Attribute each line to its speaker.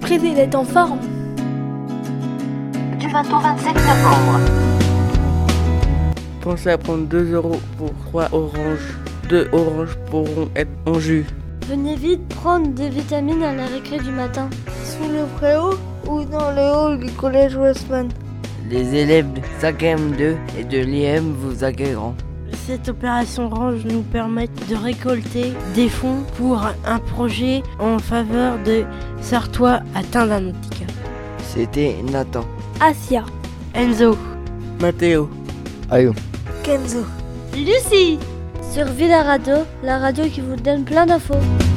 Speaker 1: Fred, il est en forme.
Speaker 2: Du 20 au 27 septembre.
Speaker 3: Pensez à prendre 2 euros pour 3 oranges. 2 oranges pourront être en jus.
Speaker 4: Venez vite prendre des vitamines à la récré du matin.
Speaker 5: Sous le préau ou dans le hall du collège Westman.
Speaker 6: Les élèves de 5e 2 et de l'IM vous accueilleront.
Speaker 7: Cette opération Range nous permet de récolter des fonds pour un projet en faveur de Sartois atteints d'un handicap.
Speaker 6: C'était Nathan,
Speaker 1: Asia.
Speaker 7: Enzo,
Speaker 3: Mathéo.
Speaker 8: Ayo.
Speaker 5: Kenzo.
Speaker 4: Lucie Sur Villa Radio, la radio qui vous donne plein d'infos.